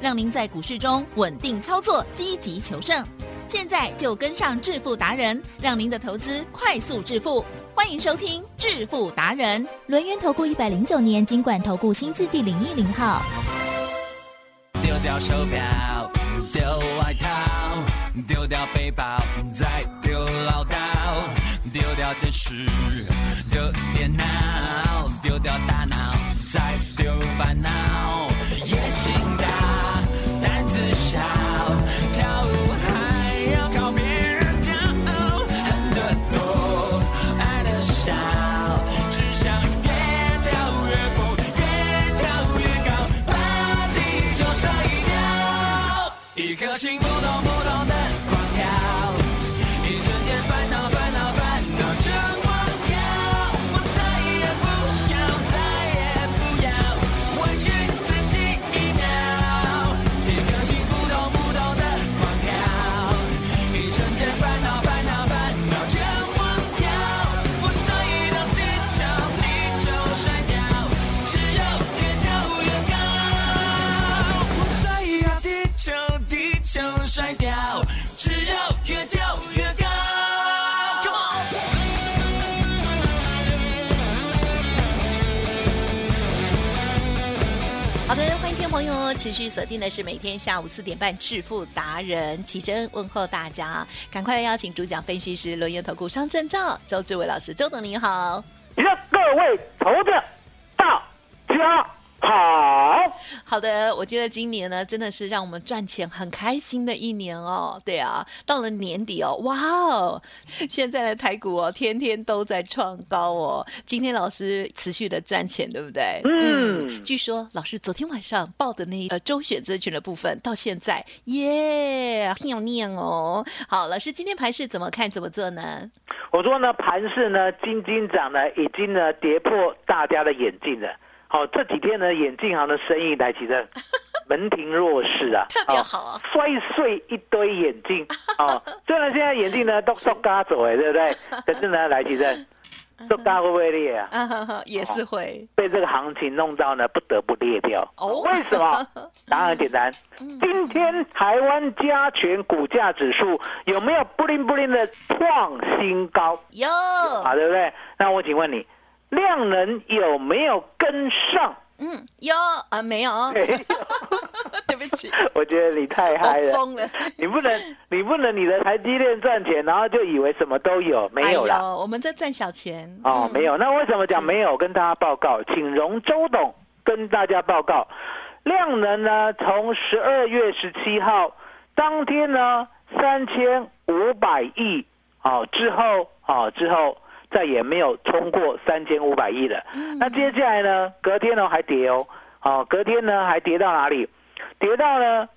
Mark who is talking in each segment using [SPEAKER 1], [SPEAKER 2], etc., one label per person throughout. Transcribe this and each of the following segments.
[SPEAKER 1] 让您在股市中稳定操作，积极求胜。现在就跟上致富达人，让您的投资快速致富。欢迎收听《致富达人》。
[SPEAKER 2] 轮源投顾一百零九年经管投顾新字第零一零号。
[SPEAKER 3] 丢掉手表，丢外套，丢掉背包，再丢唠叨，丢掉电视，丢电脑，丢掉大脑，再丢烦恼。野心大，胆子小，跳舞还要靠别人教，恨得多，爱得少，只想越跳越疯，越跳越高，把地球上一掉。一颗心扑通扑通的狂跳，一瞬间烦恼烦恼烦恼全忘掉，我再也不要再也不要委屈自己一秒。一颗心扑通扑通的狂跳，一瞬间烦恼烦恼烦恼全忘掉，我上一到地球你就甩掉，只有越跳越高。我甩掉地球，地球甩掉，只要越跳越高。Come on。
[SPEAKER 1] 好的，欢迎听众朋友持续锁定的是每天下午四点半《致富达人》，奇珍问候大家，赶快来邀请主讲分析师轮研投顾商证照周志伟老师，周董您好。
[SPEAKER 4] 让各位投资大家好。
[SPEAKER 1] 好的，我觉得今年呢，真的是让我们赚钱很开心的一年哦。对啊，到了年底哦，哇哦，现在的台股哦，天天都在创高哦。今天老师持续的赚钱，对不对？
[SPEAKER 4] 嗯
[SPEAKER 1] 据说老师昨天晚上报的那一呃周选择权的部分，到现在耶，漂亮哦。好，老师今天盘是怎么看怎么做呢？
[SPEAKER 4] 我说呢，盘市呢，金金涨呢，已经呢跌破大家的眼镜了。好、这几天呢，眼镜行的生意来 其实门庭若市啊，
[SPEAKER 1] 特别好
[SPEAKER 4] 哦摔碎一堆眼 镜哦。虽然现在眼镜呢都都嘎走哎，对不对？可是呢，来其实都嘎会不会裂啊？
[SPEAKER 1] 啊哈哈， 也是会
[SPEAKER 4] 被这个行情弄到呢，不得不裂掉。
[SPEAKER 1] 哦嗯
[SPEAKER 4] 为 什么？答案很简单，今天台湾加权股价指数有没有布灵布灵的创新高
[SPEAKER 1] 哟。嗯
[SPEAKER 4] 啊？对不对？那我请问你，量能有没有跟上？
[SPEAKER 1] 嗯，有啊，没有，
[SPEAKER 4] 哎
[SPEAKER 1] 对不起，
[SPEAKER 4] 我觉得你太嗨
[SPEAKER 1] 我
[SPEAKER 4] 了。
[SPEAKER 1] 疯了。
[SPEAKER 4] 你不能，你不能，你的台积电赚钱，然后就以为什么都有，没有啦。
[SPEAKER 1] 哎呦我们在赚小钱
[SPEAKER 4] 哦，
[SPEAKER 5] 嗯
[SPEAKER 4] 没
[SPEAKER 1] 有，
[SPEAKER 4] 有。那为什么讲没有？跟大家报告，请容周董跟大家报告，量能呢，从十二月十七号当天呢，三千五百亿哦，之后哦之后再也没有冲过三千五百亿了。那接下来呢，隔天呢还跌哦，哦，隔天呢还跌到哪里？跌到呢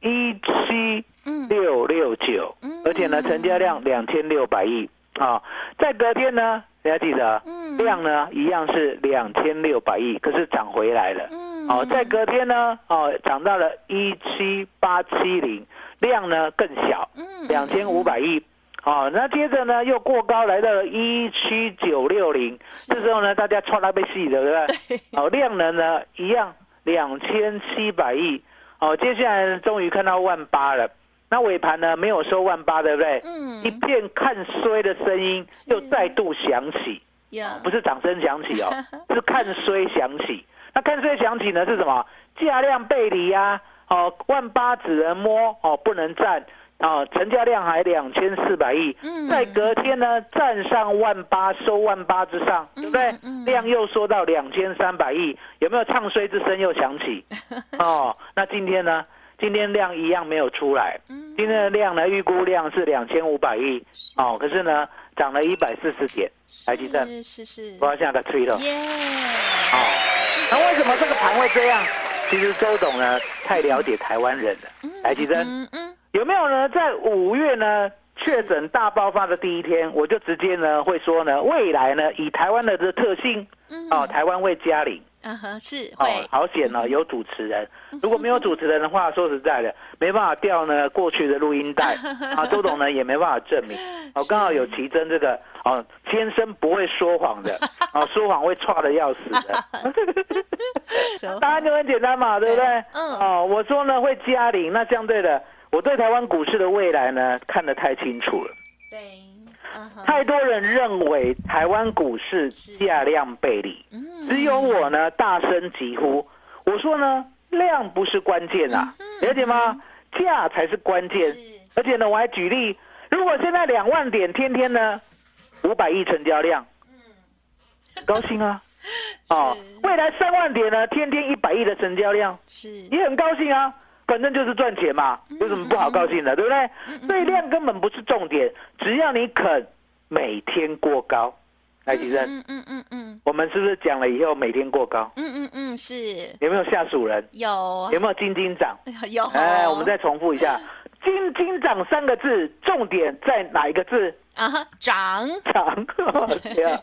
[SPEAKER 4] 一七
[SPEAKER 1] 嗯
[SPEAKER 4] 六六九
[SPEAKER 1] 嗯，
[SPEAKER 4] 而且呢，成交量两千六百亿啊。在隔天呢，大家记得啊
[SPEAKER 1] 嗯
[SPEAKER 4] 量呢一样是两千六百亿，可是涨回来了。
[SPEAKER 1] 嗯
[SPEAKER 4] 哦，在隔天呢，哦，涨到了一七八七零，量呢更小，
[SPEAKER 1] 嗯
[SPEAKER 4] 两千五百亿。哦，那接着呢又过高来到了一七九六零，这时候呢大家穿那被戏的，对不对？哦，量能呢一样两千七百亿。哦，接下来呢终于看到万八了，那尾盘呢没有收万八，对不对？一
[SPEAKER 1] 嗯，
[SPEAKER 4] 片看衰的声音又再度响起，
[SPEAKER 1] 呀
[SPEAKER 4] 哦不是掌声响起哦，是看衰响起。那看衰响起呢是什么？价量背离啊，哦，万八只能摸哦，不能站哦，成交量还两千四百亿
[SPEAKER 1] 嗯，
[SPEAKER 4] 在隔天呢站上万八，收万八之上，对不对
[SPEAKER 1] 嗯嗯？
[SPEAKER 4] 量又缩到两千三百亿，有没有唱衰之声又响起？哦，那今天呢？今天量一样没有出来，
[SPEAKER 1] 嗯
[SPEAKER 4] 今天的量呢，预估量是两千五百亿哦，可是呢，涨了一百四十点，台积电
[SPEAKER 1] 是是是
[SPEAKER 4] 不，要下来吹了。
[SPEAKER 1] 耶，
[SPEAKER 4] 哦，那为什么这个盘会这样？其实周董呢太了解台湾人了。哎台积电
[SPEAKER 1] 嗯嗯，
[SPEAKER 4] 有没有呢？在五月呢确诊大爆发的第一天，我就直接呢会说呢，未来呢以台湾的这特性，哦，台湾会加零。
[SPEAKER 1] 嗯
[SPEAKER 5] 嗯哼，是
[SPEAKER 4] 哦
[SPEAKER 5] 会，，嗯
[SPEAKER 4] 好险哦，有主持人。如果没有主持人 的话，说实在的，没办法调呢过去的录音带啊，周董呢也没办法证明。哦，刚好有奇珍这个哦，天生不会说 谎的，哦，说谎会差的要死的。
[SPEAKER 5] 手
[SPEAKER 4] 答案就很简单嘛，对不对？
[SPEAKER 5] 嗯
[SPEAKER 4] 哦，我说呢会加零，那相对的，我对台湾股市的未来呢看得太清楚了。
[SPEAKER 5] 对，嗯哼，
[SPEAKER 4] 太多人认为台湾股市价量背离，
[SPEAKER 5] 嗯
[SPEAKER 4] 只有我呢大声疾呼，我说呢量不是关键啊，
[SPEAKER 5] 嗯
[SPEAKER 4] 了解吗？价才是关键
[SPEAKER 5] 是。
[SPEAKER 4] 而且呢，我还举例，如果现在两万点，天天呢五百亿成交量，
[SPEAKER 5] 嗯
[SPEAKER 4] 很高兴 啊。哦，未来三万点呢，天天一百亿的成交量，
[SPEAKER 5] 是
[SPEAKER 4] 也很高兴啊，反正就是赚钱嘛，
[SPEAKER 5] 嗯
[SPEAKER 4] 有什么不好高兴的，对不对？所以量根本不是重点，只要你肯每天过高，来，吉正，
[SPEAKER 5] 嗯嗯嗯嗯
[SPEAKER 4] 我们是不是讲了以后每天过高？
[SPEAKER 5] 嗯嗯嗯，是
[SPEAKER 4] 有没有下属人？
[SPEAKER 5] 有
[SPEAKER 4] 有没有金金涨？
[SPEAKER 5] 有，
[SPEAKER 4] 哎，我们再重复一
[SPEAKER 5] 嗯
[SPEAKER 4] 下，金金涨三个字，重点在哪一个字？
[SPEAKER 5] 啊哈涨，
[SPEAKER 4] 长，对啊，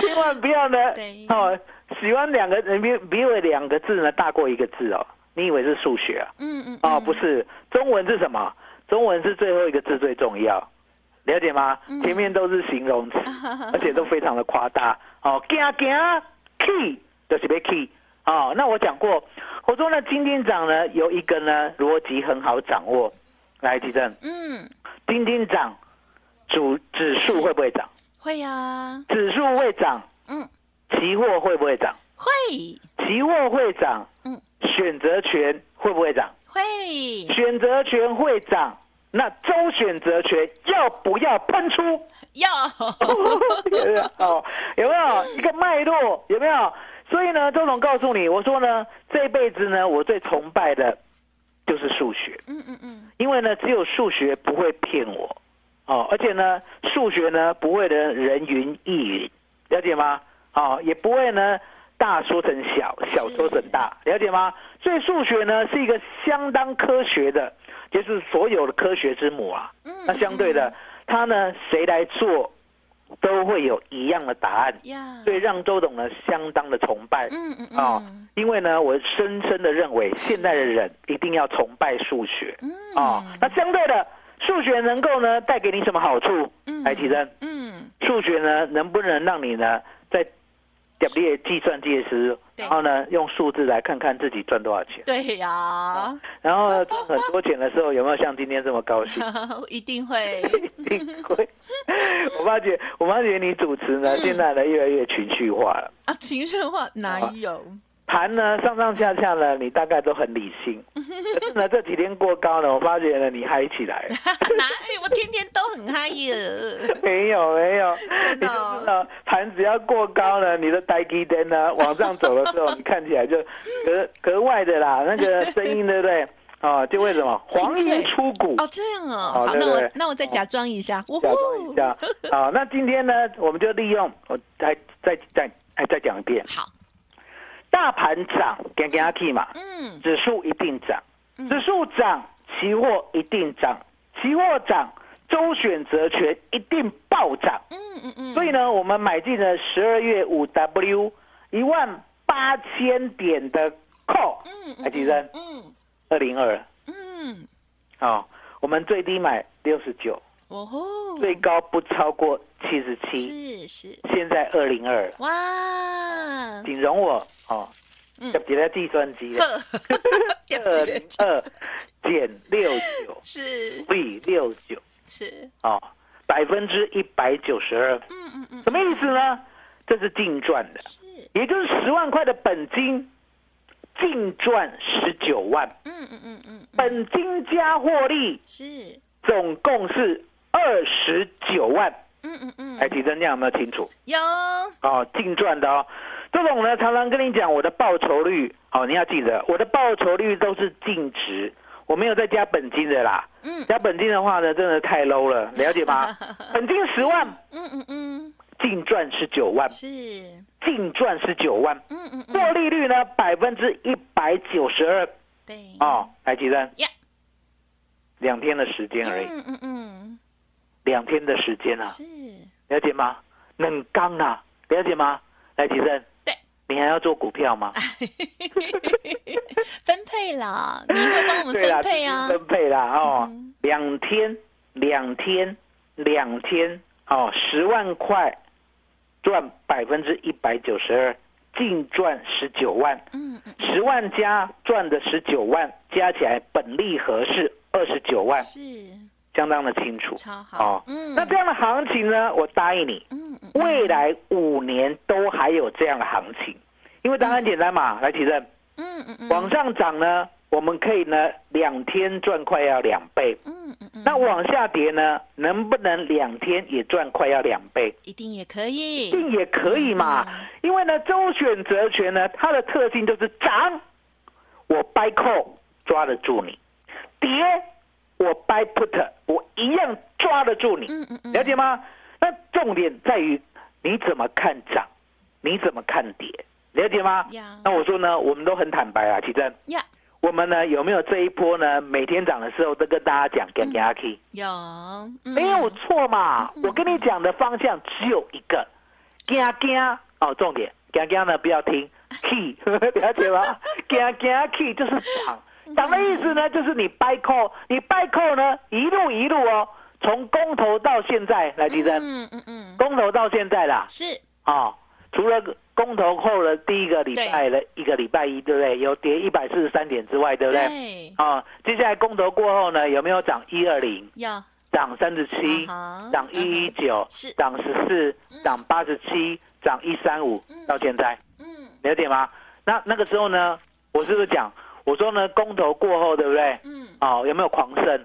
[SPEAKER 4] 千万不要呢
[SPEAKER 5] 对。
[SPEAKER 4] 哦，喜欢两个，你别别以为两个字呢大过一个字哦，你以为是数学啊？
[SPEAKER 5] 嗯嗯
[SPEAKER 4] 哦，不是，中文是什么？中文是最后一个字最重要，了解吗？
[SPEAKER 5] 嗯
[SPEAKER 4] 前面都是形容 词，而且都非常的夸大。哦，惊惊 key 就是被 key。哦，那我讲过，我说呢，金店长呢有一个呢逻辑很好掌握。来，提正，
[SPEAKER 5] 嗯
[SPEAKER 4] 金店长主指数会不会涨？
[SPEAKER 5] 会啊呀
[SPEAKER 4] 指数会涨，
[SPEAKER 5] 嗯
[SPEAKER 4] 期货会不会涨？
[SPEAKER 5] 会
[SPEAKER 4] 期货会涨，
[SPEAKER 5] 嗯
[SPEAKER 4] 选择权会不会涨？
[SPEAKER 5] 会
[SPEAKER 4] 选择权会涨，那周选择权要不要喷出？
[SPEAKER 5] 要
[SPEAKER 4] 哦，有没有一个脉络？有没有？所以呢，周总告诉你，我说呢，这辈子呢，我最崇拜的就是数学，
[SPEAKER 5] 嗯嗯嗯
[SPEAKER 4] 因为呢，只有数学不会骗我，哦，而且呢，数学呢不会的人云亦云，了解吗？哦，也不会呢大说成小，小说成大，了解吗？所以数学呢是一个相当科学的，就是所有的科学之母啊。
[SPEAKER 5] 嗯，
[SPEAKER 4] 那相对的，它呢谁来做，都会有一样的答案，
[SPEAKER 5] 呀，
[SPEAKER 4] 所以让周董呢相当的崇拜
[SPEAKER 5] 嗯嗯嗯
[SPEAKER 4] 哦，因为呢，我深深的认为现代的人一定要崇拜数学
[SPEAKER 5] 嗯
[SPEAKER 4] 哦。那相对的，数学能够呢带给你什么好处？
[SPEAKER 5] 嗯
[SPEAKER 4] 来，提升
[SPEAKER 5] 嗯
[SPEAKER 4] 数学呢能不能让你呢在 W 计算机的时候，
[SPEAKER 5] 对
[SPEAKER 4] 然后呢用数字来看看自己赚多少钱，
[SPEAKER 5] 对呀，
[SPEAKER 4] 然后呢赚很多钱的时候有没有像今天这么高兴？
[SPEAKER 5] 一定会
[SPEAKER 4] 定会。我发觉，我发觉你主持呢，现在呢越来越情绪化了。
[SPEAKER 5] 啊，情绪化哪有？
[SPEAKER 4] 盘呢上上下下呢，你大概都很理性，可是呢这几天过高呢，我发觉呢你嗨起来了。
[SPEAKER 5] 哪有？我天天都很嗨耶，
[SPEAKER 4] 没有没有，你
[SPEAKER 5] 真的
[SPEAKER 4] 就知
[SPEAKER 5] 哦
[SPEAKER 4] 道盘只要过高呢，你的呆鸡灯 呢往上走的时候，你看起来就格格外的啦，那个声音对不对？哦，就为 什么黄
[SPEAKER 5] 清脆
[SPEAKER 4] 莺出谷
[SPEAKER 5] 哦，这样哦，
[SPEAKER 4] 好
[SPEAKER 5] 好，
[SPEAKER 4] 对
[SPEAKER 5] 那
[SPEAKER 4] 对
[SPEAKER 5] 我
[SPEAKER 4] 对
[SPEAKER 5] 那我再假装一下，我
[SPEAKER 4] 假装一下。好，那今天呢，我们就利用我再再再再再讲一遍。
[SPEAKER 5] 好，
[SPEAKER 4] 大盘涨，给给它 key 嘛，
[SPEAKER 5] 嗯
[SPEAKER 4] 指数一定涨，指数涨，期货一定涨，期货涨，周选择权一定暴涨。
[SPEAKER 5] 嗯嗯嗯，
[SPEAKER 4] 所以呢，我们买进了十二月五 W 一万八千点的 call，
[SPEAKER 5] 嗯嗯
[SPEAKER 4] 还记得
[SPEAKER 5] 嗯
[SPEAKER 4] 二零二
[SPEAKER 5] 嗯，
[SPEAKER 4] 啊，我们最低买六十九，
[SPEAKER 5] 哦吼，
[SPEAKER 4] 最高不超过七十七，
[SPEAKER 5] 是是，
[SPEAKER 4] 现在二零二，
[SPEAKER 5] 嗯哇，
[SPEAKER 4] 请容我哦，
[SPEAKER 5] 嗯
[SPEAKER 4] 特别在计算机了，
[SPEAKER 5] 呵，
[SPEAKER 4] 二零二减六九。
[SPEAKER 5] 是
[SPEAKER 4] 除以六九
[SPEAKER 5] 是，
[SPEAKER 4] 啊，百分之一百九十二，
[SPEAKER 5] 嗯嗯嗯，
[SPEAKER 4] 什么意思呢？这是净赚的，
[SPEAKER 5] 是，
[SPEAKER 4] 也就是十万块的本金，净赚十九万，
[SPEAKER 5] 嗯嗯嗯嗯嗯，
[SPEAKER 4] 本金加获利
[SPEAKER 5] 是，
[SPEAKER 4] 总共是二十九万。
[SPEAKER 5] 嗯嗯
[SPEAKER 4] 哎，
[SPEAKER 5] 嗯，
[SPEAKER 4] 提升量有没有清楚？
[SPEAKER 5] 有，
[SPEAKER 4] 哦，净赚的哦。这种呢，常常跟你讲我的报酬率，哦，你要记得我的报酬率都是净值，我没有再加本金的啦。
[SPEAKER 5] 嗯
[SPEAKER 4] 加本金的话呢，真的太 low 了，了解 吗？本金十万，
[SPEAKER 5] 嗯嗯嗯，
[SPEAKER 4] 净赚十九万，
[SPEAKER 5] 是，
[SPEAKER 4] 净赚十九万，
[SPEAKER 5] 嗯嗯嗯，
[SPEAKER 4] 获利率呢百分之一百九十二
[SPEAKER 5] 对，
[SPEAKER 4] 哦，来吉生
[SPEAKER 5] 呀，
[SPEAKER 4] 两天的时间而已，
[SPEAKER 5] 嗯嗯嗯，
[SPEAKER 4] 两天的时间啊，
[SPEAKER 5] 是，
[SPEAKER 4] 了解吗？能刚啊，了解吗？来吉生，
[SPEAKER 5] 对，啊
[SPEAKER 4] 你还要做股票吗？
[SPEAKER 5] 分配啦，你会帮我们
[SPEAKER 4] 对啦，
[SPEAKER 5] 分配啊
[SPEAKER 4] 资？金分配啦哦
[SPEAKER 5] 嗯，
[SPEAKER 4] 两天，两天，两天哦，十万块赚百分之一百九十二，净赚十九万，
[SPEAKER 5] 嗯嗯，
[SPEAKER 4] 十万加赚的十九万，加起来本利和是二十九万，
[SPEAKER 5] 是
[SPEAKER 4] 相当的清楚。
[SPEAKER 5] 超好
[SPEAKER 4] 哦。
[SPEAKER 5] 嗯，
[SPEAKER 4] 那这样的行情呢，我答应你，
[SPEAKER 5] 嗯嗯，
[SPEAKER 4] 未来五年都还有这样的行情，因为答案很简单嘛，来提正。
[SPEAKER 5] 嗯嗯嗯，
[SPEAKER 4] 往上涨呢，我们可以呢两天赚快要两倍，
[SPEAKER 5] 嗯嗯嗯，
[SPEAKER 4] 那往下跌呢，能不能两天也赚快要两倍？
[SPEAKER 5] 一定也可以
[SPEAKER 4] 一。定也可以嘛，
[SPEAKER 5] 嗯
[SPEAKER 4] 因为呢周选择权呢，它的特性就是涨，我掰扣抓得住你；跌，我掰 put，我一样抓得住你。
[SPEAKER 5] 嗯嗯嗯，
[SPEAKER 4] 了解吗？那重点在于你怎么看涨，你怎么看跌，了解吗
[SPEAKER 5] 呀
[SPEAKER 4] 那我说呢，我们都很坦白啊，奇珍。
[SPEAKER 5] 呀，
[SPEAKER 4] 我们呢有没有这一波呢？每天涨的时候都跟大家讲，跟大家 k
[SPEAKER 5] 有嗯
[SPEAKER 4] 没有错嘛。我跟你讲的方向只有一个，惊惊哦，重点惊惊呢不要听 key，了 解吗？惊惊 key 就是涨，涨的意思呢就是你掰扣，你掰扣呢一路一路哦，从公投到现在来提升，
[SPEAKER 5] 嗯嗯嗯，
[SPEAKER 4] 公投到现在啦，
[SPEAKER 5] 是
[SPEAKER 4] 哦，除了公投后的第一个礼拜的一个礼拜一，对不对？有跌一百四十三点之外，对不对？
[SPEAKER 5] 对，
[SPEAKER 4] 哦，接下来公投过后呢，有没有涨一二零、
[SPEAKER 5] 有
[SPEAKER 4] 涨三十七、
[SPEAKER 5] 啊哈
[SPEAKER 4] 涨一一九
[SPEAKER 5] 是、
[SPEAKER 4] 涨十四、涨八十七、涨一三五
[SPEAKER 5] 嗯，
[SPEAKER 4] 到现在
[SPEAKER 5] 嗯
[SPEAKER 4] 了解吗？那那个时候呢，我是不是讲，我说呢，公投过后，对不对？
[SPEAKER 5] 嗯，哎
[SPEAKER 4] 哦，有没有狂胜？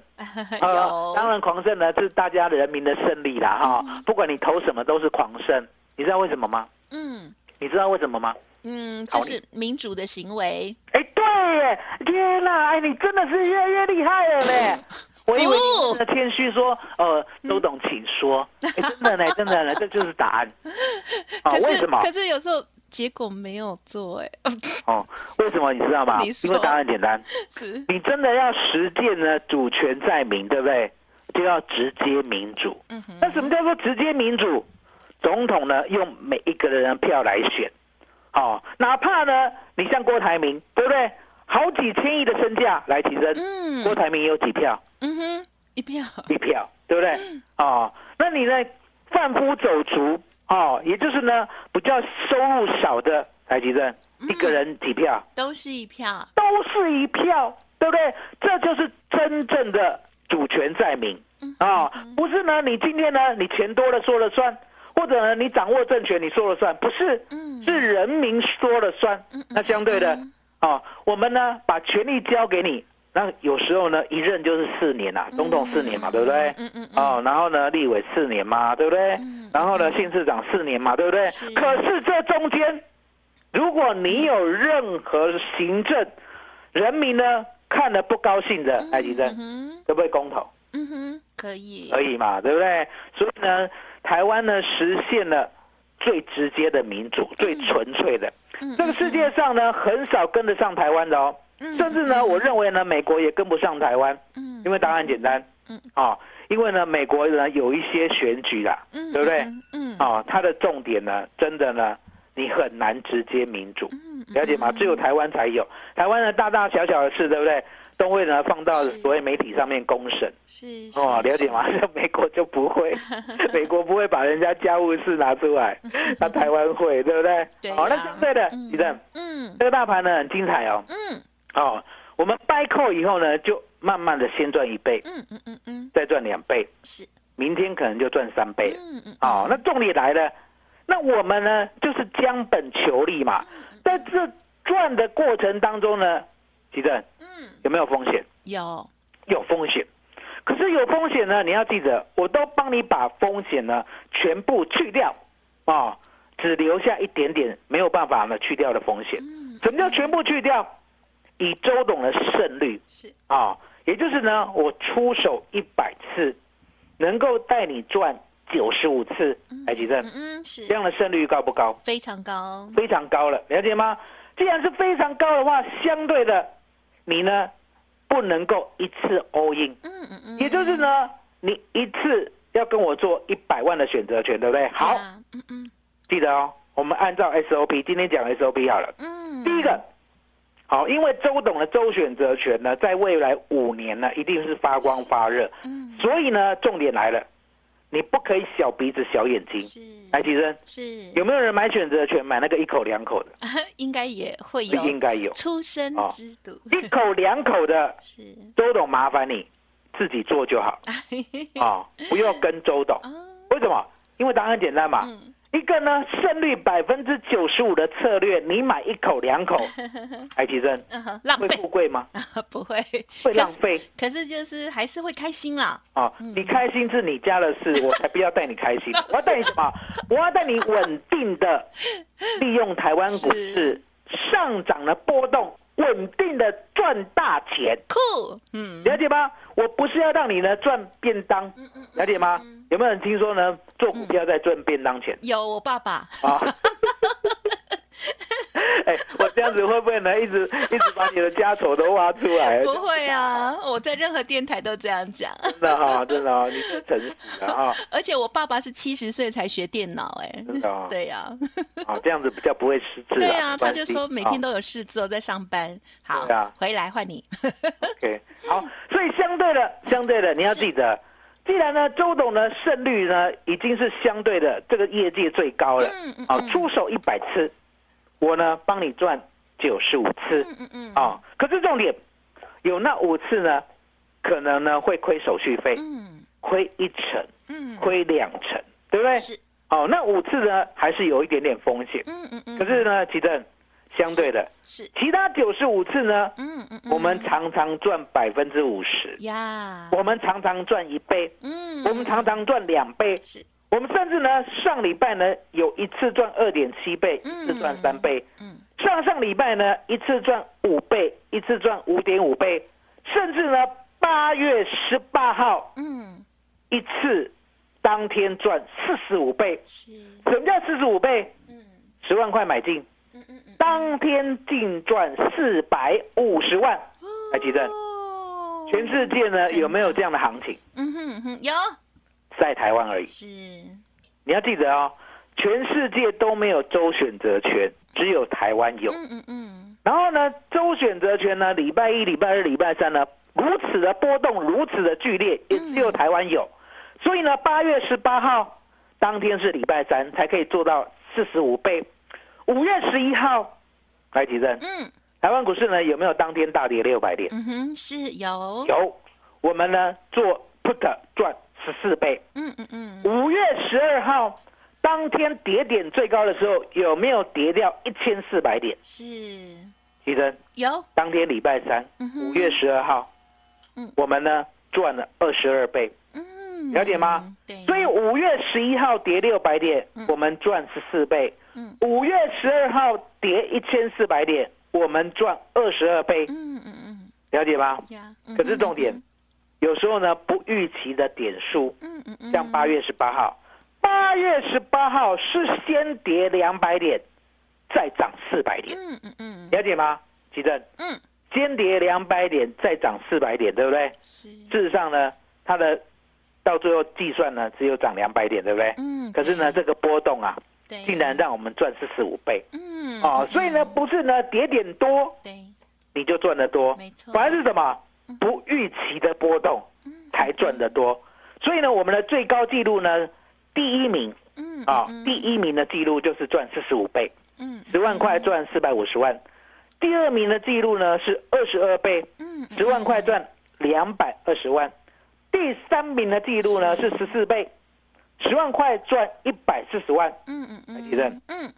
[SPEAKER 5] 有
[SPEAKER 4] 呃当然狂胜呢是大家人民的胜利啦，哈、不管你投什么都是狂胜，你知道为什么吗？
[SPEAKER 5] 嗯
[SPEAKER 4] 你知道为什么吗？
[SPEAKER 5] 嗯，就是民主的行为，
[SPEAKER 4] 哎，对耶，天哪，哎，你真的是越来越厉害了嘞！ 我以为
[SPEAKER 5] 哦
[SPEAKER 4] 你真的谦虚说，呃，周董请说，哎，真的 呢，真的呢，这就是答案。
[SPEAKER 5] 可
[SPEAKER 4] 哦，为
[SPEAKER 5] 是
[SPEAKER 4] 什么？
[SPEAKER 5] 可是有时候结果没有做，哎，
[SPEAKER 4] 哦，为什么你知道吗？
[SPEAKER 5] 你说
[SPEAKER 4] 因为答案简单，
[SPEAKER 5] 是
[SPEAKER 4] 你真的要实践呢，主权在民，对不对？就要直接民主。
[SPEAKER 5] 嗯哼
[SPEAKER 4] 那什么叫做直接民主？总统呢，用每一个人的票来选，哦，哪怕呢，你像郭台铭，对不对？好几千亿的身价来提升，
[SPEAKER 5] 嗯
[SPEAKER 4] 郭台铭有几票？
[SPEAKER 5] 嗯哼，一票
[SPEAKER 4] 一票，对不对？哦，那你呢？贩夫走卒哦，也就是呢，比较收入少的台积电，一个人几票，
[SPEAKER 5] 都是一票，
[SPEAKER 4] 都是一票，对不对？这就是真正的主权在民啊、不是呢？你今天呢，你钱多了说了算，或者呢，你掌握政权你说了算，不是，
[SPEAKER 5] 嗯
[SPEAKER 4] 是人民说了算。那相对的，
[SPEAKER 5] 嗯
[SPEAKER 4] 哦，我们呢把权力交给你，那有时候呢一任就是四年啊，总统四年嘛，对不对？
[SPEAKER 5] 嗯嗯嗯，
[SPEAKER 4] 哦，然后呢，立委四年嘛，对不对？然后呢，县市长四年嘛，对不对
[SPEAKER 5] 是？
[SPEAKER 4] 可是这中间，如果你有任何行政，人民呢看了不高兴的，赖吉
[SPEAKER 5] 嗯
[SPEAKER 4] 珍
[SPEAKER 5] 哼
[SPEAKER 4] 可不可以公投？
[SPEAKER 5] 嗯哼，可以
[SPEAKER 4] 可以嘛，对不对？所以呢，台湾呢实现了最直接的民主，最
[SPEAKER 5] 嗯
[SPEAKER 4] 纯粹的。这个世界上呢，很少跟得上台湾的哦。
[SPEAKER 5] 嗯
[SPEAKER 4] 甚至呢，我认为呢，美国也跟不上台湾，
[SPEAKER 5] 嗯
[SPEAKER 4] 因为答案简单
[SPEAKER 5] 嗯，
[SPEAKER 4] 啊，因为呢，美国呢有一些选举啦，
[SPEAKER 5] 嗯，
[SPEAKER 4] 对不对？
[SPEAKER 5] 嗯
[SPEAKER 4] 啊，它的重点呢，真的呢，你很难直接民主，
[SPEAKER 5] 嗯，
[SPEAKER 4] 了解吗？只有台湾才有，台湾呢大大小小的事，对不对？都会呢放到
[SPEAKER 5] 是
[SPEAKER 4] 所谓媒体上面公审，
[SPEAKER 5] 是
[SPEAKER 4] 哦，了 解？吗？美国就不会，美国不会把人家家务事拿出来，那台湾会，对不对？
[SPEAKER 5] 对
[SPEAKER 4] 好、那
[SPEAKER 5] 呀
[SPEAKER 4] 相对的，
[SPEAKER 5] 嗯
[SPEAKER 4] 你看
[SPEAKER 5] 嗯
[SPEAKER 4] 这个大盘呢很精彩哦，
[SPEAKER 5] 嗯
[SPEAKER 4] 哦，我们掰扣以后呢，就慢慢的先赚一倍，
[SPEAKER 5] 嗯嗯嗯嗯，
[SPEAKER 4] 再赚两倍，
[SPEAKER 5] 是，
[SPEAKER 4] 明天可能就赚三倍了。
[SPEAKER 5] 嗯嗯
[SPEAKER 4] 哦，那重点来了，那我们呢就是将本求利嘛，
[SPEAKER 5] 嗯
[SPEAKER 4] 在这赚的过程当中呢，奇正
[SPEAKER 5] 嗯，
[SPEAKER 4] 有没有风险？
[SPEAKER 5] 有，
[SPEAKER 4] 有风险，可是有风险呢，你要记得，我都帮你把风险呢全部去掉，哦，只留下一点点没有办法呢去掉的风险。
[SPEAKER 5] 嗯
[SPEAKER 4] 什么叫全部去掉？以周董的胜率
[SPEAKER 5] 是，
[SPEAKER 4] 啊、也就是呢，我出手一百次，能够带你赚九十五次，台积正
[SPEAKER 5] 嗯嗯是
[SPEAKER 4] 这，样的胜率高不高？
[SPEAKER 5] 非常高，
[SPEAKER 4] 非常高了，了解吗？既然是非常高的话，相对的，你呢不能够一次 all in，
[SPEAKER 5] 嗯嗯嗯，
[SPEAKER 4] 也就是呢，你一次要跟我做一百万的选择权，对不对？好，
[SPEAKER 5] 嗯嗯
[SPEAKER 4] 记得哦，我们按照 SOP，今天讲 SOP 好了。
[SPEAKER 5] 嗯，
[SPEAKER 4] 第一个，好，因为周董的周选择权呢，在未来五年呢，一定是发光发热。
[SPEAKER 5] 嗯
[SPEAKER 4] 所以呢，重点来了，你不可以小鼻子小眼睛。
[SPEAKER 5] 是
[SPEAKER 4] 来，提升
[SPEAKER 5] 是，
[SPEAKER 4] 有没有人买选择权买那个一口两口的？
[SPEAKER 5] 应该也会有
[SPEAKER 4] 应该有
[SPEAKER 5] 出生
[SPEAKER 4] 哦
[SPEAKER 5] 之毒，
[SPEAKER 4] 一口两口的，
[SPEAKER 5] 是
[SPEAKER 4] 周董麻烦你自己做就好
[SPEAKER 5] 哎
[SPEAKER 4] 啊、不要跟周董。
[SPEAKER 5] 啊，
[SPEAKER 4] 为什么？因为答案很简单嘛。
[SPEAKER 5] 嗯
[SPEAKER 4] 一个呢，胜率百分之九十五的策略，你买一口 两口，哎，提升
[SPEAKER 5] 嗯浪
[SPEAKER 4] 会
[SPEAKER 5] 费啊
[SPEAKER 4] 富贵吗？
[SPEAKER 5] 不会，
[SPEAKER 4] 会
[SPEAKER 5] 可
[SPEAKER 4] 浪
[SPEAKER 5] 是
[SPEAKER 4] 费
[SPEAKER 5] 可是就是还是会开心啦，
[SPEAKER 4] 啊！你开心是你家的 事，我才不要带你开心。我要带你什么？我要带你稳定的利用台湾股市上涨的波动，稳定的赚大钱，
[SPEAKER 5] 酷，嗯，
[SPEAKER 4] 了解吗？我不是要让你呢赚便当，
[SPEAKER 5] 嗯
[SPEAKER 4] 了解吗？有没有人听说呢？做股票在赚便当钱？
[SPEAKER 5] 有我爸 爸，
[SPEAKER 4] 啊。哎、我这样子会不会呢？一直一直把你的家丑都挖出来？
[SPEAKER 5] 不会啊，我在任何电台都这样讲，
[SPEAKER 4] 真的哈、真的哈、你真诚实啊哈，
[SPEAKER 5] 而且我爸爸是七十岁才学电脑，哎
[SPEAKER 4] 真，的啊
[SPEAKER 5] 对呀，
[SPEAKER 4] 啊，这样子比较不会失智
[SPEAKER 5] 对
[SPEAKER 4] 啊
[SPEAKER 5] 呀，
[SPEAKER 4] 没
[SPEAKER 5] 他
[SPEAKER 4] 关系
[SPEAKER 5] 就说每天
[SPEAKER 4] 啊
[SPEAKER 5] 都有事做，在上班，好
[SPEAKER 4] 对啊，
[SPEAKER 5] 回来换你，
[SPEAKER 4] OK。好，所以相对的，相对的，你要记
[SPEAKER 5] 嗯
[SPEAKER 4] 得，既然呢，周董呢胜率呢已经是相对的这个业界最高了，
[SPEAKER 5] 嗯嗯
[SPEAKER 4] 啊，
[SPEAKER 5] 嗯
[SPEAKER 4] 出手一百次，我呢帮你赚九十五次，
[SPEAKER 5] 嗯嗯
[SPEAKER 4] 啊，可是重点有那五次呢，可能呢会亏手续费，
[SPEAKER 5] 嗯
[SPEAKER 4] 亏一成，
[SPEAKER 5] 嗯嗯，
[SPEAKER 4] 亏两成，对不对？
[SPEAKER 5] 是，
[SPEAKER 4] 哦，那五次呢还是有一点点风险，
[SPEAKER 5] 嗯嗯嗯，
[SPEAKER 4] 可是呢，奇正，相对的，
[SPEAKER 5] 是，
[SPEAKER 4] 其他九十五次呢，
[SPEAKER 5] 嗯嗯嗯，
[SPEAKER 4] 我们常常赚百分之五十，
[SPEAKER 5] 呀，
[SPEAKER 4] 我们常常赚一倍，
[SPEAKER 5] 嗯，
[SPEAKER 4] 我们常常赚两倍，
[SPEAKER 5] 是，
[SPEAKER 4] 我们甚至呢上礼拜呢有一次赚二点七倍，一次赚三倍，
[SPEAKER 5] 嗯
[SPEAKER 4] 上上礼拜呢，一次赚五倍，一次赚五点五倍，甚至呢，八月十八号
[SPEAKER 5] 嗯
[SPEAKER 4] 一次，当天赚四十五倍。
[SPEAKER 5] 是，
[SPEAKER 4] 什么叫四十五倍？
[SPEAKER 5] 嗯
[SPEAKER 4] 十万块买进，
[SPEAKER 5] 嗯嗯嗯，
[SPEAKER 4] 当天净赚四百五十万。来，吉正，
[SPEAKER 5] 哦
[SPEAKER 4] 全世界呢
[SPEAKER 5] 真的
[SPEAKER 4] 有没有这样的行情？
[SPEAKER 5] 嗯哼嗯哼，有
[SPEAKER 4] 在台湾而已。
[SPEAKER 5] 是，
[SPEAKER 4] 你要记得哦，全世界都没有周选择权，只有台湾有。
[SPEAKER 5] 嗯嗯嗯，
[SPEAKER 4] 然后呢，周选择权呢，礼拜一、礼拜二、礼拜三呢，如此的波动，如此的剧烈，也
[SPEAKER 5] 嗯
[SPEAKER 4] 只有台湾有。所以呢，八月十八号当天是礼拜三，才可以做到四十五倍。五月十一号，来提振，
[SPEAKER 5] 嗯
[SPEAKER 4] 台湾股市呢有没有当天大跌六百点？
[SPEAKER 5] 嗯哼是有，
[SPEAKER 4] 有，我们呢做 put 赚十四倍。
[SPEAKER 5] 嗯嗯嗯，
[SPEAKER 4] 五月十二号当天跌点最高的时候，有没有跌掉一千四百点？
[SPEAKER 5] 是
[SPEAKER 4] 提振。
[SPEAKER 5] 有，
[SPEAKER 4] 当天礼拜三
[SPEAKER 5] 嗯，哼
[SPEAKER 4] 五月十二号，
[SPEAKER 5] 嗯
[SPEAKER 4] 我们呢赚了二十二倍，
[SPEAKER 5] 嗯，
[SPEAKER 4] 了解吗？
[SPEAKER 5] 对，
[SPEAKER 4] 所以五月十一号跌六百点，我们赚十四倍
[SPEAKER 5] 嗯；
[SPEAKER 4] 五月十二号跌一千四百点，我们赚二十二倍，
[SPEAKER 5] 嗯嗯嗯
[SPEAKER 4] 了解吗？
[SPEAKER 5] 呀，嗯
[SPEAKER 4] 可是重点，有时候呢不预期的点数，
[SPEAKER 5] 嗯嗯嗯，
[SPEAKER 4] 像八月十八号，八月十八号是先跌两百点，再涨四百点，
[SPEAKER 5] 嗯嗯嗯
[SPEAKER 4] 了解吗？奇正，
[SPEAKER 5] 嗯
[SPEAKER 4] 先跌两百点，再涨四百点，对不对？
[SPEAKER 5] 是，
[SPEAKER 4] 事实上呢，它的到最后计算呢，只有涨两百点，对不对？
[SPEAKER 5] 嗯
[SPEAKER 4] 可是呢，这个波动啊，
[SPEAKER 5] 对，
[SPEAKER 4] 竟然让我们赚四十五倍
[SPEAKER 5] 嗯
[SPEAKER 4] 哦，所以呢，不是呢跌点多
[SPEAKER 5] 对，
[SPEAKER 4] 你就赚得多，
[SPEAKER 5] 没错，嗯
[SPEAKER 4] 反而是什么不预期的波动才赚得多。所以呢，我们的最高纪录呢，第一名
[SPEAKER 5] 嗯
[SPEAKER 4] 啊，第一名的记录就是赚四十五倍，
[SPEAKER 5] 嗯
[SPEAKER 4] 十万块赚四百五十万。第二名的记录呢是二十二倍，
[SPEAKER 5] 嗯
[SPEAKER 4] 十万块赚两百二十万，第三名的记录呢是十四倍，十万块赚一百四十万，
[SPEAKER 5] 嗯嗯嗯，嗯。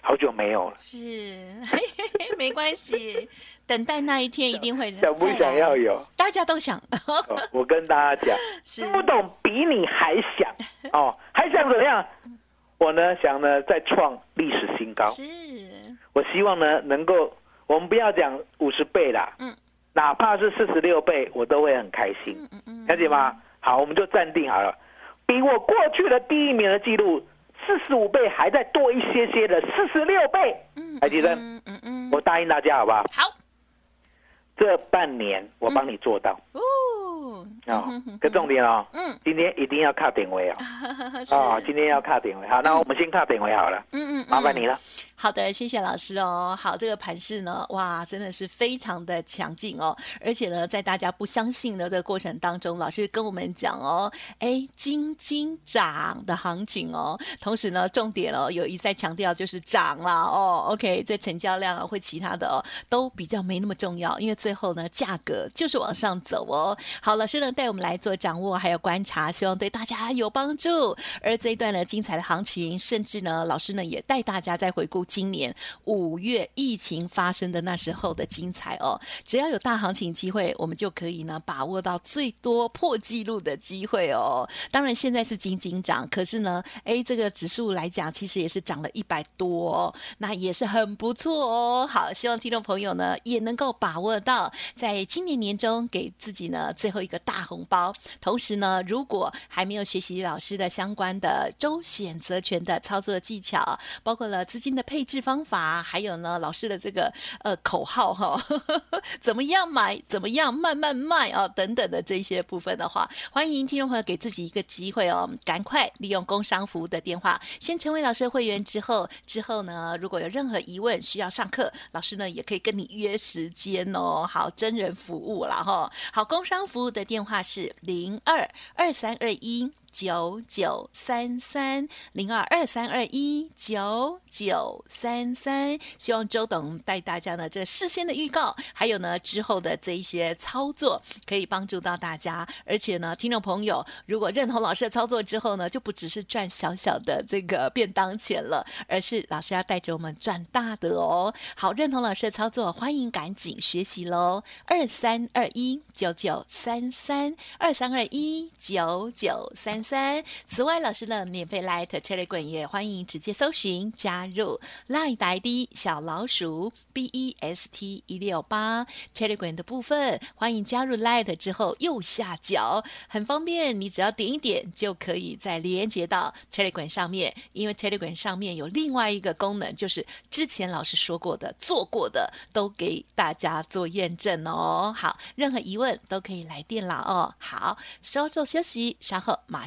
[SPEAKER 4] 好久没有了，
[SPEAKER 5] 是， 嘿嘿嘿没关系，等待那一天一定会
[SPEAKER 4] 想不
[SPEAKER 5] 再来
[SPEAKER 4] 想 要？有？
[SPEAKER 5] 大家都想，
[SPEAKER 4] 哦我跟大家讲，
[SPEAKER 5] 是
[SPEAKER 4] 周董比你还想哦，还想怎么 样？
[SPEAKER 5] 嗯
[SPEAKER 4] 我呢想呢再创历史新高，
[SPEAKER 5] 是，
[SPEAKER 4] 我希望呢能够，我们不要讲五十倍啦，
[SPEAKER 5] 嗯，
[SPEAKER 4] 哪怕是四十六倍，我都会很开心。
[SPEAKER 5] 嗯嗯嗯，
[SPEAKER 4] 了解吗？好，我们就暂定好了。比我过去的第一名的记录四十五倍还再多一些些的四十六倍。
[SPEAKER 5] 嗯，
[SPEAKER 4] 海吉生
[SPEAKER 5] 嗯嗯嗯，
[SPEAKER 4] 我答应大家，好不好？
[SPEAKER 5] 好
[SPEAKER 4] 这半年我帮你做到，
[SPEAKER 5] 哦，
[SPEAKER 4] 哦
[SPEAKER 5] 嗯哼哼，
[SPEAKER 4] 个重点哦，
[SPEAKER 5] 嗯
[SPEAKER 4] 今天一定要卡点位哦，
[SPEAKER 5] 是嗯
[SPEAKER 4] 啊，今天要卡点位，好，那我们先卡点位好了，
[SPEAKER 5] 嗯嗯，
[SPEAKER 4] 麻烦
[SPEAKER 5] 嗯
[SPEAKER 4] 你了，
[SPEAKER 5] 好的，谢谢老师哦。好，这个盘势呢，哇，真的是非常的强劲哦。而且呢，在大家不相信的这个过程当中，老师跟我们讲哦，哎，金金涨的行情哦。同时呢，重点哦，有一再强调就是涨啦哦。OK，这成交量啊，或其他的哦，都比较没那么重要，因为最后呢，价格就是往上走哦。好，老师呢带我们来做掌握还有观察，希望对大家有帮助。而这一段呢，精彩的行情，甚至呢，老师呢也带大家再回顾今年五月疫情发生的那时候的精彩哦。只要有大行情机会，我们就可以呢把握到最多破纪录的机会哦。当然现在是仅仅涨，可是呢，哎，这个指数来讲，其实也是涨了一百多、哦，那也是很不错哦。好，希望听众朋友呢也能够把握到，在今年年中给自己呢最后一个大红包。同时呢，如果还没有学习老师的相关的周选择权的操作技巧，包括了资金的配置方法，还有呢老师的这个呃口号哈、 怎么样买，怎么样慢慢卖哦，等等的这些部分的话，欢迎听众朋友给自己一个机会哦，赶快利用工商服务的电话，先成为老师的会员之后，之后呢，如果有任何疑问需要上课，老师呢也可以跟你约时间哦。好，真人服务啦哈。好，工商服务的电话是零二二三二一。九九三三零二二三二一九九三三，希望周董带大家呢这事先的预告，还有呢之后的这一些操作，可以帮助到大家。而且呢，听众朋友如果认同老师的操作之后呢，就不只是赚小小的这个便当钱了，而是老师要带着我们赚大的哦。好，认同老师的操作，欢迎赶紧学习喽！二三二一九九三三二三二一九九三三。此外，老师的免费 Light Telegram 也欢迎直接搜寻加入 Light 的 ID 小老鼠 B E S T 一六八 Telegram 的部分，欢迎加入 Light 之后右下角很方便，你只要点一点就可以再连接到 Telegram 上面，因为 Telegram 上面有另外一个功能，就是之前老师说过的、做过的，都给大家做验证哦。好，任何疑问都可以来电啦哦。好，稍作休息，稍后马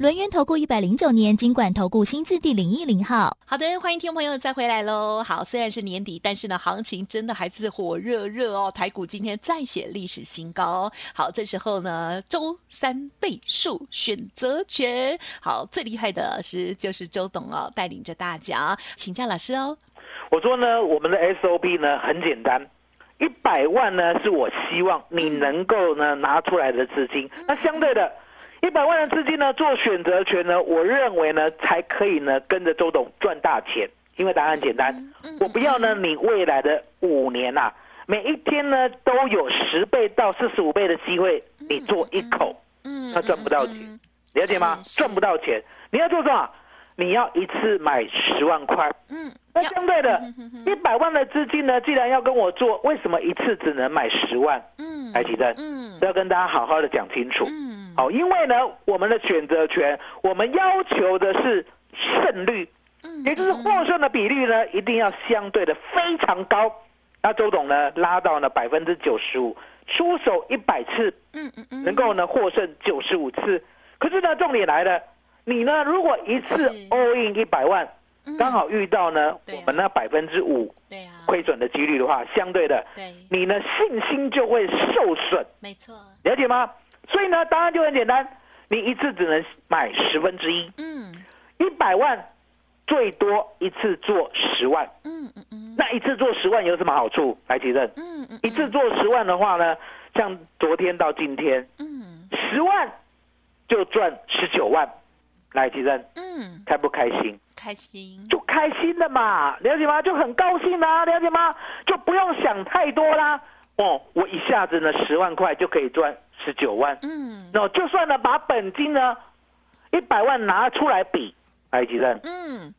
[SPEAKER 2] 轮源投顾一百零九年经管投顾新字第零一零号，
[SPEAKER 5] 好的，欢迎听众朋友再回来喽。好，虽然是年底，但是呢，行情真的还是火热热哦。台股今天再写历史新高。哦好，这时候呢，周三倍数选择权，好，最厉害的是就是周董哦，带领着大家，请教老师哦。
[SPEAKER 4] 我说呢，我们的 SOP 呢很简单，一百万呢是我希望你能够呢拿出来的资金。
[SPEAKER 5] 嗯
[SPEAKER 4] 那相对的，一百万的资金呢做选择权呢，我认为呢才可以呢跟着周董赚大钱，因为答案很简
[SPEAKER 5] 嗯
[SPEAKER 4] 单，我不要呢你未来的五年呐、啊每一天呢都有十倍到四十五倍的机会，你做一口，
[SPEAKER 5] 嗯
[SPEAKER 4] 那赚不到钱，了解吗？
[SPEAKER 5] 是是
[SPEAKER 4] 赚不到钱，你要做什么？你要一次买十万块。
[SPEAKER 5] 嗯，
[SPEAKER 4] 那
[SPEAKER 5] 要
[SPEAKER 4] 相对的，
[SPEAKER 5] 嗯
[SPEAKER 4] 一百万的资金呢，既然要跟我做，为什么一次只能买十万？
[SPEAKER 5] 嗯
[SPEAKER 4] 台积电，
[SPEAKER 5] 嗯
[SPEAKER 4] 这要跟大家好好的讲清楚。
[SPEAKER 5] 嗯
[SPEAKER 4] 好，因为呢，我们的选择权，我们要求的是胜率，
[SPEAKER 5] 嗯
[SPEAKER 4] 也就是获胜的比率呢，一定要相对的非常高。那周董呢，拉到呢百分之九十五，出手一百次
[SPEAKER 5] 嗯嗯嗯，
[SPEAKER 4] 能够呢获胜九十五次。可是呢，重点来了，你呢如果一次
[SPEAKER 5] 是嗯
[SPEAKER 4] all in 一百万，刚好遇到呢
[SPEAKER 5] 对啊
[SPEAKER 4] 我们那百分之五
[SPEAKER 5] 对啊呀，
[SPEAKER 4] 亏损的几率的话，相对的，
[SPEAKER 5] 对，
[SPEAKER 4] 你呢信心就会受损，
[SPEAKER 5] 没错，
[SPEAKER 4] 了解吗？所以呢，答案就很简单，你一次只能买十分之一，
[SPEAKER 5] 嗯
[SPEAKER 4] 一百万最多一次做十万，
[SPEAKER 5] 嗯嗯嗯
[SPEAKER 4] 那一次做十万有什么好处？来提正，
[SPEAKER 5] 嗯嗯
[SPEAKER 4] 一次做十万的话呢，像昨天到今天。
[SPEAKER 5] 嗯
[SPEAKER 4] 十万就赚十九万，来，提生
[SPEAKER 5] 嗯，
[SPEAKER 4] 开不开心？
[SPEAKER 5] 开心，
[SPEAKER 4] 就开心的嘛，了解吗？就很高兴啦、了解吗？就不用想太多啦。哦，我一下子呢十万块就可以赚十九万。
[SPEAKER 5] 嗯
[SPEAKER 4] 那、就算呢把本金呢一百万拿出来比，哎，吉正，
[SPEAKER 5] 嗯，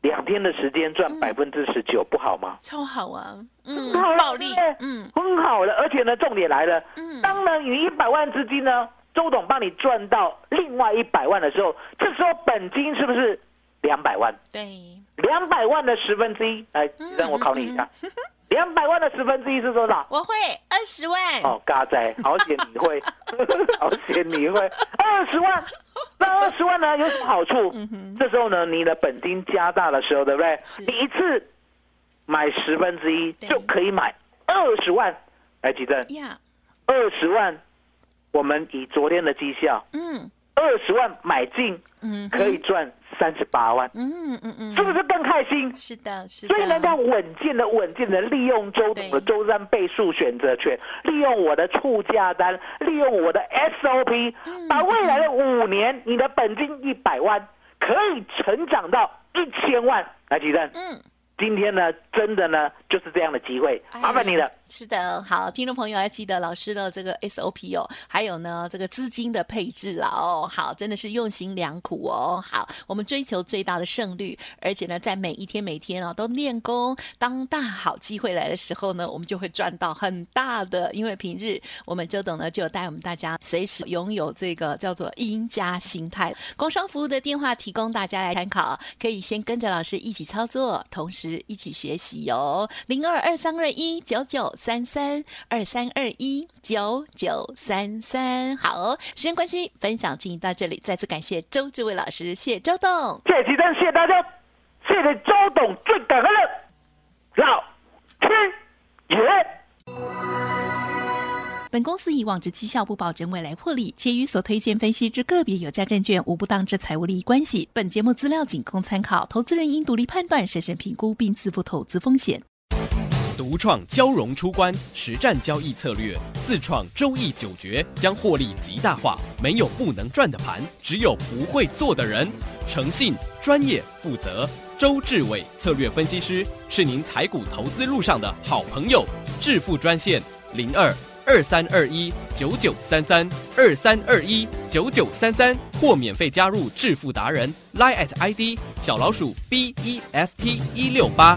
[SPEAKER 4] 两天的时间赚百分之十九，不好吗？
[SPEAKER 5] 超好啊，嗯，
[SPEAKER 4] 好了
[SPEAKER 5] 暴利
[SPEAKER 4] 对，
[SPEAKER 5] 嗯
[SPEAKER 4] 很好了，而且呢，重点来了，
[SPEAKER 5] 嗯，
[SPEAKER 4] 当然你一百万资金呢，周董帮你赚到另外一百万的时候，这时候本金是不是两百万？
[SPEAKER 5] 对，
[SPEAKER 4] 两百万的十分之一，哎
[SPEAKER 5] 嗯，
[SPEAKER 4] 让我考你一下，两百万的十分之一是多少？
[SPEAKER 5] 我会二十万，
[SPEAKER 4] 哦，嘎仔，好险你会， 好险你会，二十万，那二十万呢有什么好处？这时候呢，你的本金加大的时候，对不对
[SPEAKER 5] 嗯是？
[SPEAKER 4] 你一次买十分之一
[SPEAKER 5] 对
[SPEAKER 4] 就可以买二十万，来，吉正，
[SPEAKER 5] 呀，
[SPEAKER 4] 二十万，我们以昨天的绩效，
[SPEAKER 5] 嗯
[SPEAKER 4] 二十万买进
[SPEAKER 5] 嗯，
[SPEAKER 4] 可以赚三十八万，
[SPEAKER 5] 嗯，嗯嗯
[SPEAKER 4] 是不
[SPEAKER 5] 嗯，
[SPEAKER 4] 是更开心？
[SPEAKER 5] 是的，是的，
[SPEAKER 4] 所以能够稳健的、稳健的利用周董
[SPEAKER 5] 嗯对
[SPEAKER 4] 的周三倍数选择权，利用我的促价单，利用我的 SOP，把
[SPEAKER 5] 嗯
[SPEAKER 4] 未来的五年你的本金一百万可以成长到一千万。来，吉正，
[SPEAKER 5] 嗯，
[SPEAKER 4] 今天呢，真的呢就是这样的机会，
[SPEAKER 5] 哎
[SPEAKER 4] 麻烦你了。。
[SPEAKER 5] 是的，好，听众朋友要记得老师的这个 SOP 哦，还有呢这个资金的配置啦哦，好，真的是用心良苦哦。好，我们追求最大的胜率，而且呢，在每一天每天哦都练功。当大好机会来的时候呢，我们就会赚到很大的，因为平日我们周董呢就有带我们大家随时拥有这个叫做赢家心态。工商服务的电话提供大家来参考，可以先跟着老师一起操作，同时一起学习哟、零二二三二一九九三三二三二一九九三三。好，哦时间关系，分享进行到这里，再次感谢周志伟老师，谢谢周董。
[SPEAKER 4] 谢谢吉正，谢谢大家，谢谢周董最感恩的老天爷。
[SPEAKER 5] 本公司以往之绩效不保证未来获利，且与所推荐分析之个别有价证券无不当之财务利益关系。本节目资料仅供参考，投资人应独立判断、审慎评估并自负投资风险。
[SPEAKER 6] 独创交融出关实战交易策略，自创周易九诀，将获利极大化。没有不能赚的盘，只有不会做的人。诚信、专业、负责，周志伟策略分析师是您台股投资路上的好朋友。致富专线零二二三二一九九三三二三二一九九三三，或免费加入致富达人 Line at ID 小老鼠 B E S T 一六八。